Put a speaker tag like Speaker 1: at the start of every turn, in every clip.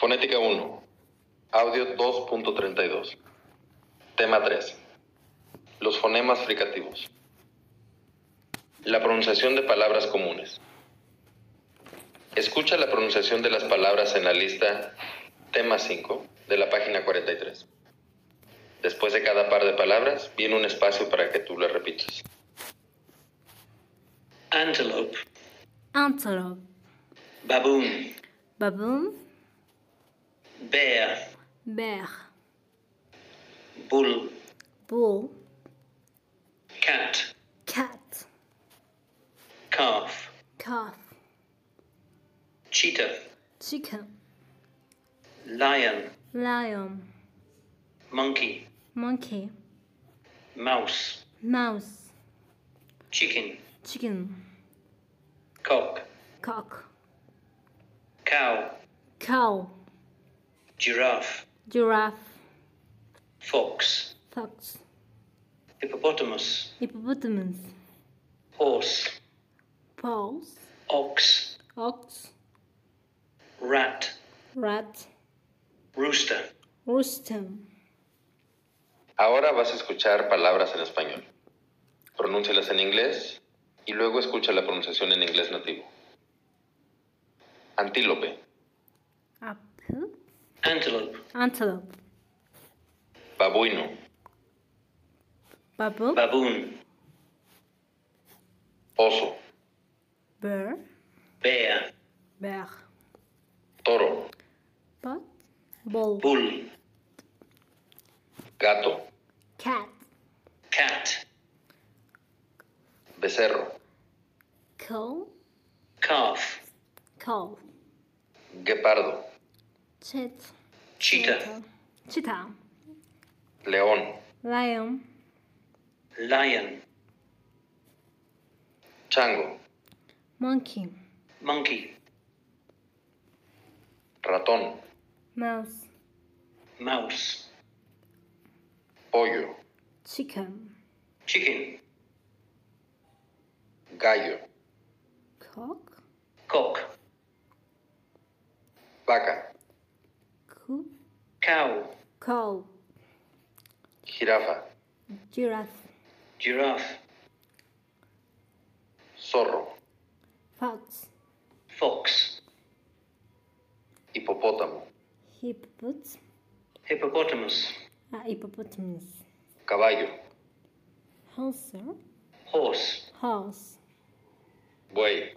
Speaker 1: Fonética 1. Audio 2.32. Tema 3. Los fonemas fricativos. La pronunciación de palabras comunes. Escucha la pronunciación de las palabras en la lista tema 5 de la página 43. Después de cada par de palabras viene un espacio para que tú las repitas.
Speaker 2: antelope,
Speaker 3: antelope,
Speaker 2: baboon,
Speaker 3: baboon,
Speaker 2: bear,
Speaker 3: bear,
Speaker 2: bull,
Speaker 3: bull,
Speaker 2: cat,
Speaker 3: cat,
Speaker 2: calf,
Speaker 3: calf,
Speaker 2: cheetah,
Speaker 3: chicken,
Speaker 2: lion,
Speaker 3: lion,
Speaker 2: monkey,
Speaker 3: monkey,
Speaker 2: mouse,
Speaker 3: mouse,
Speaker 2: chicken,
Speaker 3: chicken,
Speaker 2: cock,
Speaker 3: cock,
Speaker 2: cow,
Speaker 3: cow,
Speaker 2: giraffe,
Speaker 3: giraffe,
Speaker 2: fox,
Speaker 3: fox,
Speaker 2: hippopotamus,
Speaker 3: hippopotamus,
Speaker 2: horse,
Speaker 3: horse,
Speaker 2: ox,
Speaker 3: ox,
Speaker 2: rat,
Speaker 3: rat,
Speaker 2: rooster.
Speaker 3: rooster.
Speaker 1: Ahora vas a escuchar palabras en español. Pronúncialas en inglés y luego escucha la pronunciación en inglés nativo. Antílope,
Speaker 3: Apple,
Speaker 2: Antelope,
Speaker 3: antelope,
Speaker 1: babuino,
Speaker 3: bubble,
Speaker 2: baboon,
Speaker 1: oso,
Speaker 3: bear,
Speaker 2: bear,
Speaker 3: bear,
Speaker 1: toro,
Speaker 3: pot, ball,
Speaker 2: bull,
Speaker 1: gato,
Speaker 3: cat,
Speaker 2: cat,
Speaker 1: becerro,
Speaker 3: cow,
Speaker 2: calf,
Speaker 3: cow,
Speaker 1: guepardo,
Speaker 3: cheetah.
Speaker 2: cheetah,
Speaker 3: Cheetah.
Speaker 1: león,
Speaker 3: Lion.
Speaker 2: lion,
Speaker 1: chango,
Speaker 3: Monkey.
Speaker 2: monkey,
Speaker 1: ratón,
Speaker 3: Mouse.
Speaker 2: mouse,
Speaker 1: pollo,
Speaker 3: Chicken.
Speaker 2: chicken,
Speaker 1: gallo,
Speaker 3: Cock.
Speaker 2: cock,
Speaker 1: vaca,
Speaker 3: Coo.
Speaker 2: cow,
Speaker 3: Cow.
Speaker 1: jirafa,
Speaker 3: Giraffe.
Speaker 2: giraffe,
Speaker 1: zorro,
Speaker 3: Fox.
Speaker 2: fox,
Speaker 1: hipopótamo,
Speaker 3: Hippopot.
Speaker 2: hippopotamus,
Speaker 3: Ah, hippopotamus.
Speaker 1: caballo,
Speaker 3: Hamster.
Speaker 2: horse,
Speaker 3: Horse.
Speaker 1: buey,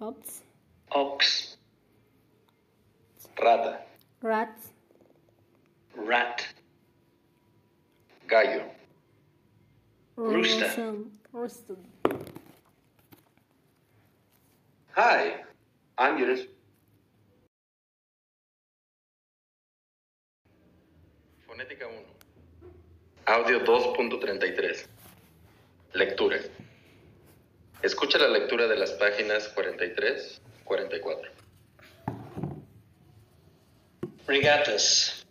Speaker 3: Ox.
Speaker 2: ox,
Speaker 1: rata,
Speaker 3: Rat.
Speaker 2: rat,
Speaker 1: gallo,
Speaker 2: Rooster.
Speaker 3: Rooster.
Speaker 1: Hi, I'm Yunus. Fonética 1. Audio 2.33. Lectura. Escucha la lectura de las páginas 43, 44.
Speaker 2: regattas,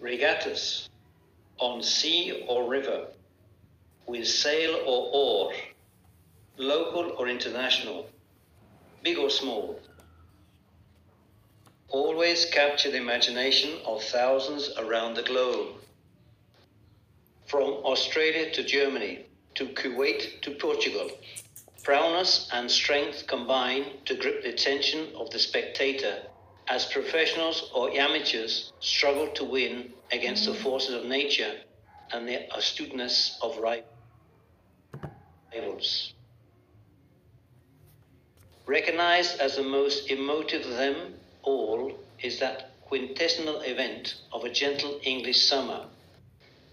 Speaker 2: regattas, on sea or river, with sail or oar, local or international, big or small. Always capture the imagination of thousands around the globe. From Australia to Germany, to Kuwait to Portugal, Prowess and strength combine to grip the attention of the spectator as professionals or amateurs struggle to win against the forces of nature and the astuteness of ri- rivals. Recognized as the most emotive of them all is that quintessential event of a gentle English summer,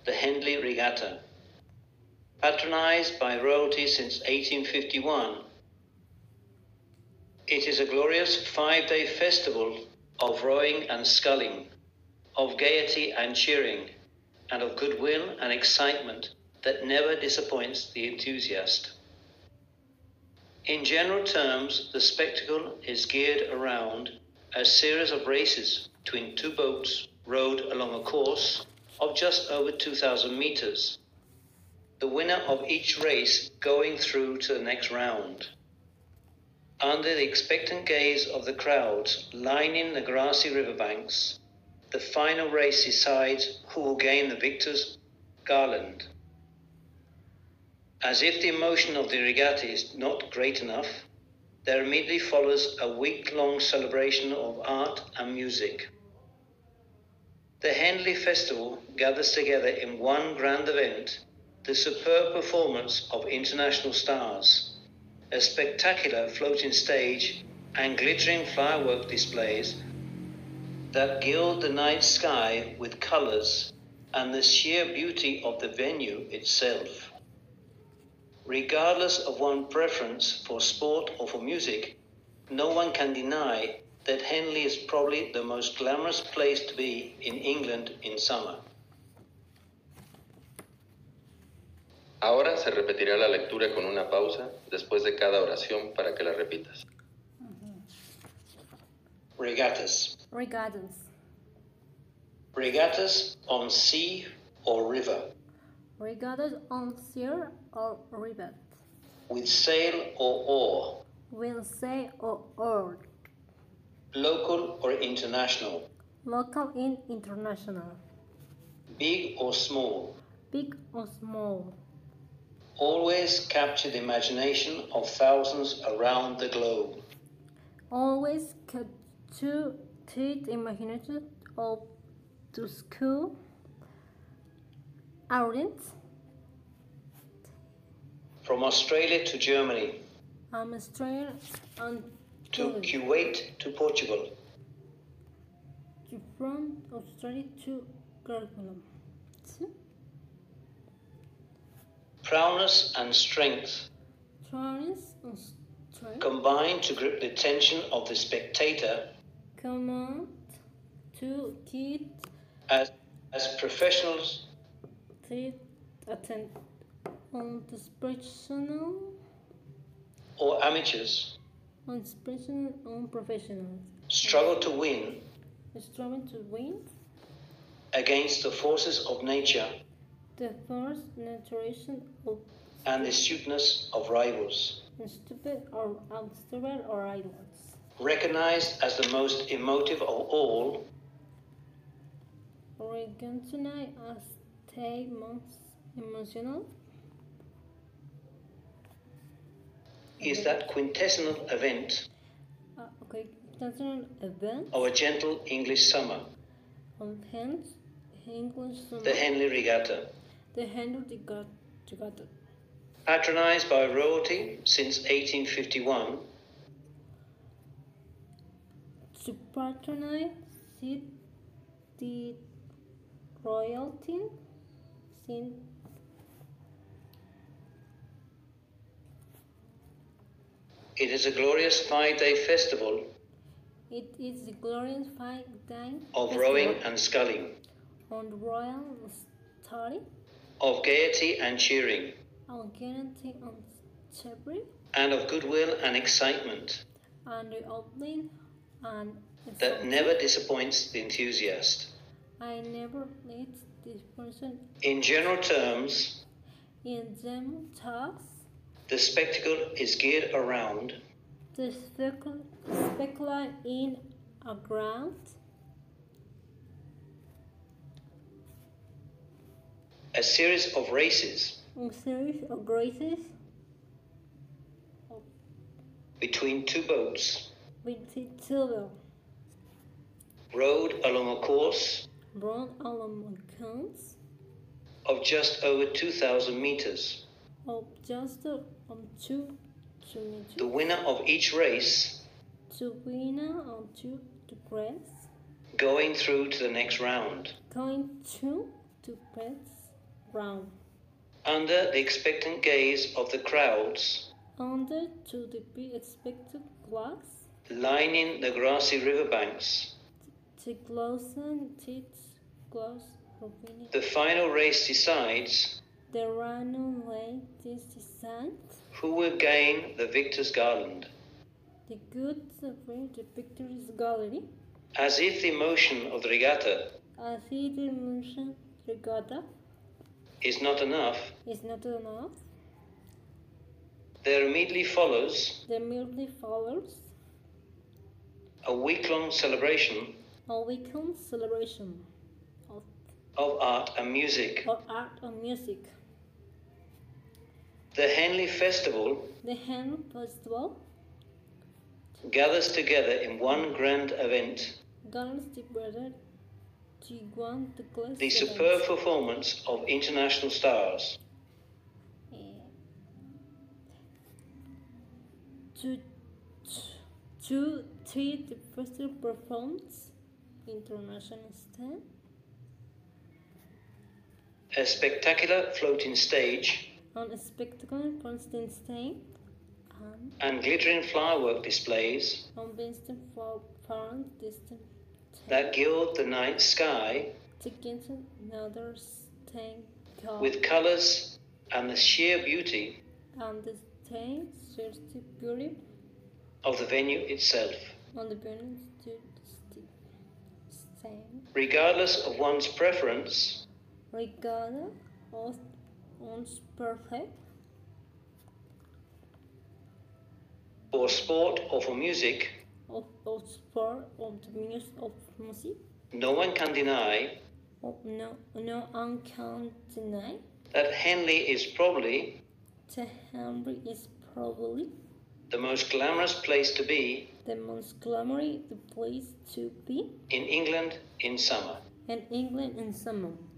Speaker 2: the Hendley Regatta patronized by royalty since 1851. It is a glorious five day festival of rowing and sculling, of gaiety and cheering, and of goodwill and excitement that never disappoints the enthusiast. In general terms, the spectacle is geared around a series of races between two boats rowed along a course of just over 2,000 meters the winner of each race going through to the next round. Under the expectant gaze of the crowds lining the grassy riverbanks, the final race decides who will gain the victor's garland. As if the emotion of the regatta is not great enough, there immediately follows a week long celebration of art and music. The Henley Festival gathers together in one grand event the superb performance of international stars, a spectacular floating stage, and glittering firework displays that gild the night sky with colors and the sheer beauty of the venue itself. Regardless of one's preference for sport or for music, no one can deny that Henley is probably the most glamorous place to be in England in summer.
Speaker 1: Ahora se repetirá la lectura con una pausa después de cada oración para que la repitas.
Speaker 2: Regattas.
Speaker 3: Regattas.
Speaker 2: Regattas on sea or river,
Speaker 3: Regattas on sea or river.
Speaker 2: with sail or oar,
Speaker 3: Will say or old.
Speaker 2: local or international,
Speaker 3: Local and international.
Speaker 2: big or small,
Speaker 3: Big or small.
Speaker 2: always capture the imagination of thousands around the globe.
Speaker 3: Always cut to teach imagination of to school. Audience.
Speaker 2: From Australia to Germany,
Speaker 3: I'm Australian and
Speaker 2: to
Speaker 3: Hmm.
Speaker 2: Kuwait to Portugal,
Speaker 3: to- from Australia to curriculum. To
Speaker 2: prowess and strength
Speaker 3: Chinese and strength.
Speaker 2: combine to grip the attention of the spectator
Speaker 3: Command to keep
Speaker 2: as, as professionals
Speaker 3: the attend on the professional
Speaker 2: or amateurs
Speaker 3: on professional on professionals.
Speaker 2: struggle to win
Speaker 3: Striving to win
Speaker 2: against the forces of nature
Speaker 3: the first generation of
Speaker 2: and the astuteness of rivals.
Speaker 3: stupid or unstable or idols.
Speaker 2: Recognized as the most emotive of all,
Speaker 3: Oregon tonight as stay most emotional.
Speaker 2: is that quintessential event
Speaker 3: Uh, okay, that's an event
Speaker 2: of a gentle English summer,
Speaker 3: on hands, English
Speaker 2: the Henley Regatta,
Speaker 3: the handle they got together.
Speaker 2: patronized by royalty since 1851
Speaker 3: To patronize sit the royalty since
Speaker 2: It is a glorious five day festival
Speaker 3: it is the glorious fight time
Speaker 2: of rowing and sculling,
Speaker 3: on the royal story
Speaker 2: of gaiety and cheering,
Speaker 3: on guarantee on Chebri
Speaker 2: and of goodwill and excitement
Speaker 3: and the opening and
Speaker 2: that never disappoints the enthusiast.
Speaker 3: I never let this person
Speaker 2: In general terms,
Speaker 3: in them talks
Speaker 2: the spectacle is geared around
Speaker 3: the speckle speckler in a ground
Speaker 2: a series of races
Speaker 3: a series of graces
Speaker 2: between two boats
Speaker 3: with the silver.
Speaker 2: rowed along a course
Speaker 3: brown alum cones
Speaker 2: of just over 2,000 meters.
Speaker 3: of just on two to
Speaker 2: The
Speaker 3: meter
Speaker 2: winner of each race
Speaker 3: to winner on two to press
Speaker 2: going through to the next round.
Speaker 3: going two to press round
Speaker 2: Under the expectant gaze of the crowds
Speaker 3: under to the be expected glass
Speaker 2: lining the grassy riverbanks,
Speaker 3: to close and teach close for winning
Speaker 2: the final race decides
Speaker 3: the runaway this descent
Speaker 2: who will gain the victor's garland.
Speaker 3: the good suffering the victory's gallery
Speaker 2: As if the emotion of the regatta
Speaker 3: I see the motion regatta
Speaker 2: is not enough,
Speaker 3: is not enough
Speaker 2: There immediately follows
Speaker 3: The merely follows
Speaker 2: a week long celebration
Speaker 3: a weekend celebration of
Speaker 2: of art and music.
Speaker 3: or art and music.
Speaker 2: The Henley Festival
Speaker 3: The Hen Festival
Speaker 2: gathers together in one grand event
Speaker 3: gathers together to one the class
Speaker 2: the
Speaker 3: events.
Speaker 2: superb performance of international stars.
Speaker 3: Eh, to to treat the festival performance international stand
Speaker 2: A spectacular floating stage
Speaker 3: on a spectacle constant stain and
Speaker 2: and glittering firework displays
Speaker 3: on Winston for parent distant
Speaker 2: that gild the night sky
Speaker 3: to get another stain called
Speaker 2: with colours and the sheer beauty
Speaker 3: and the stain serves to beauty
Speaker 2: of the venue itself.
Speaker 3: on the burning to sti- stain
Speaker 2: Regardless of one's preference,
Speaker 3: Regardless of one's perfect
Speaker 2: for sport or for music,
Speaker 3: of of sport of the music of music
Speaker 2: no one can deny
Speaker 3: of no no one can deny
Speaker 2: that Henley is probably
Speaker 3: the Henry is probably
Speaker 2: the most glamorous place to be
Speaker 3: the most glamoury place to be
Speaker 2: in England in summer.
Speaker 3: in England in summer.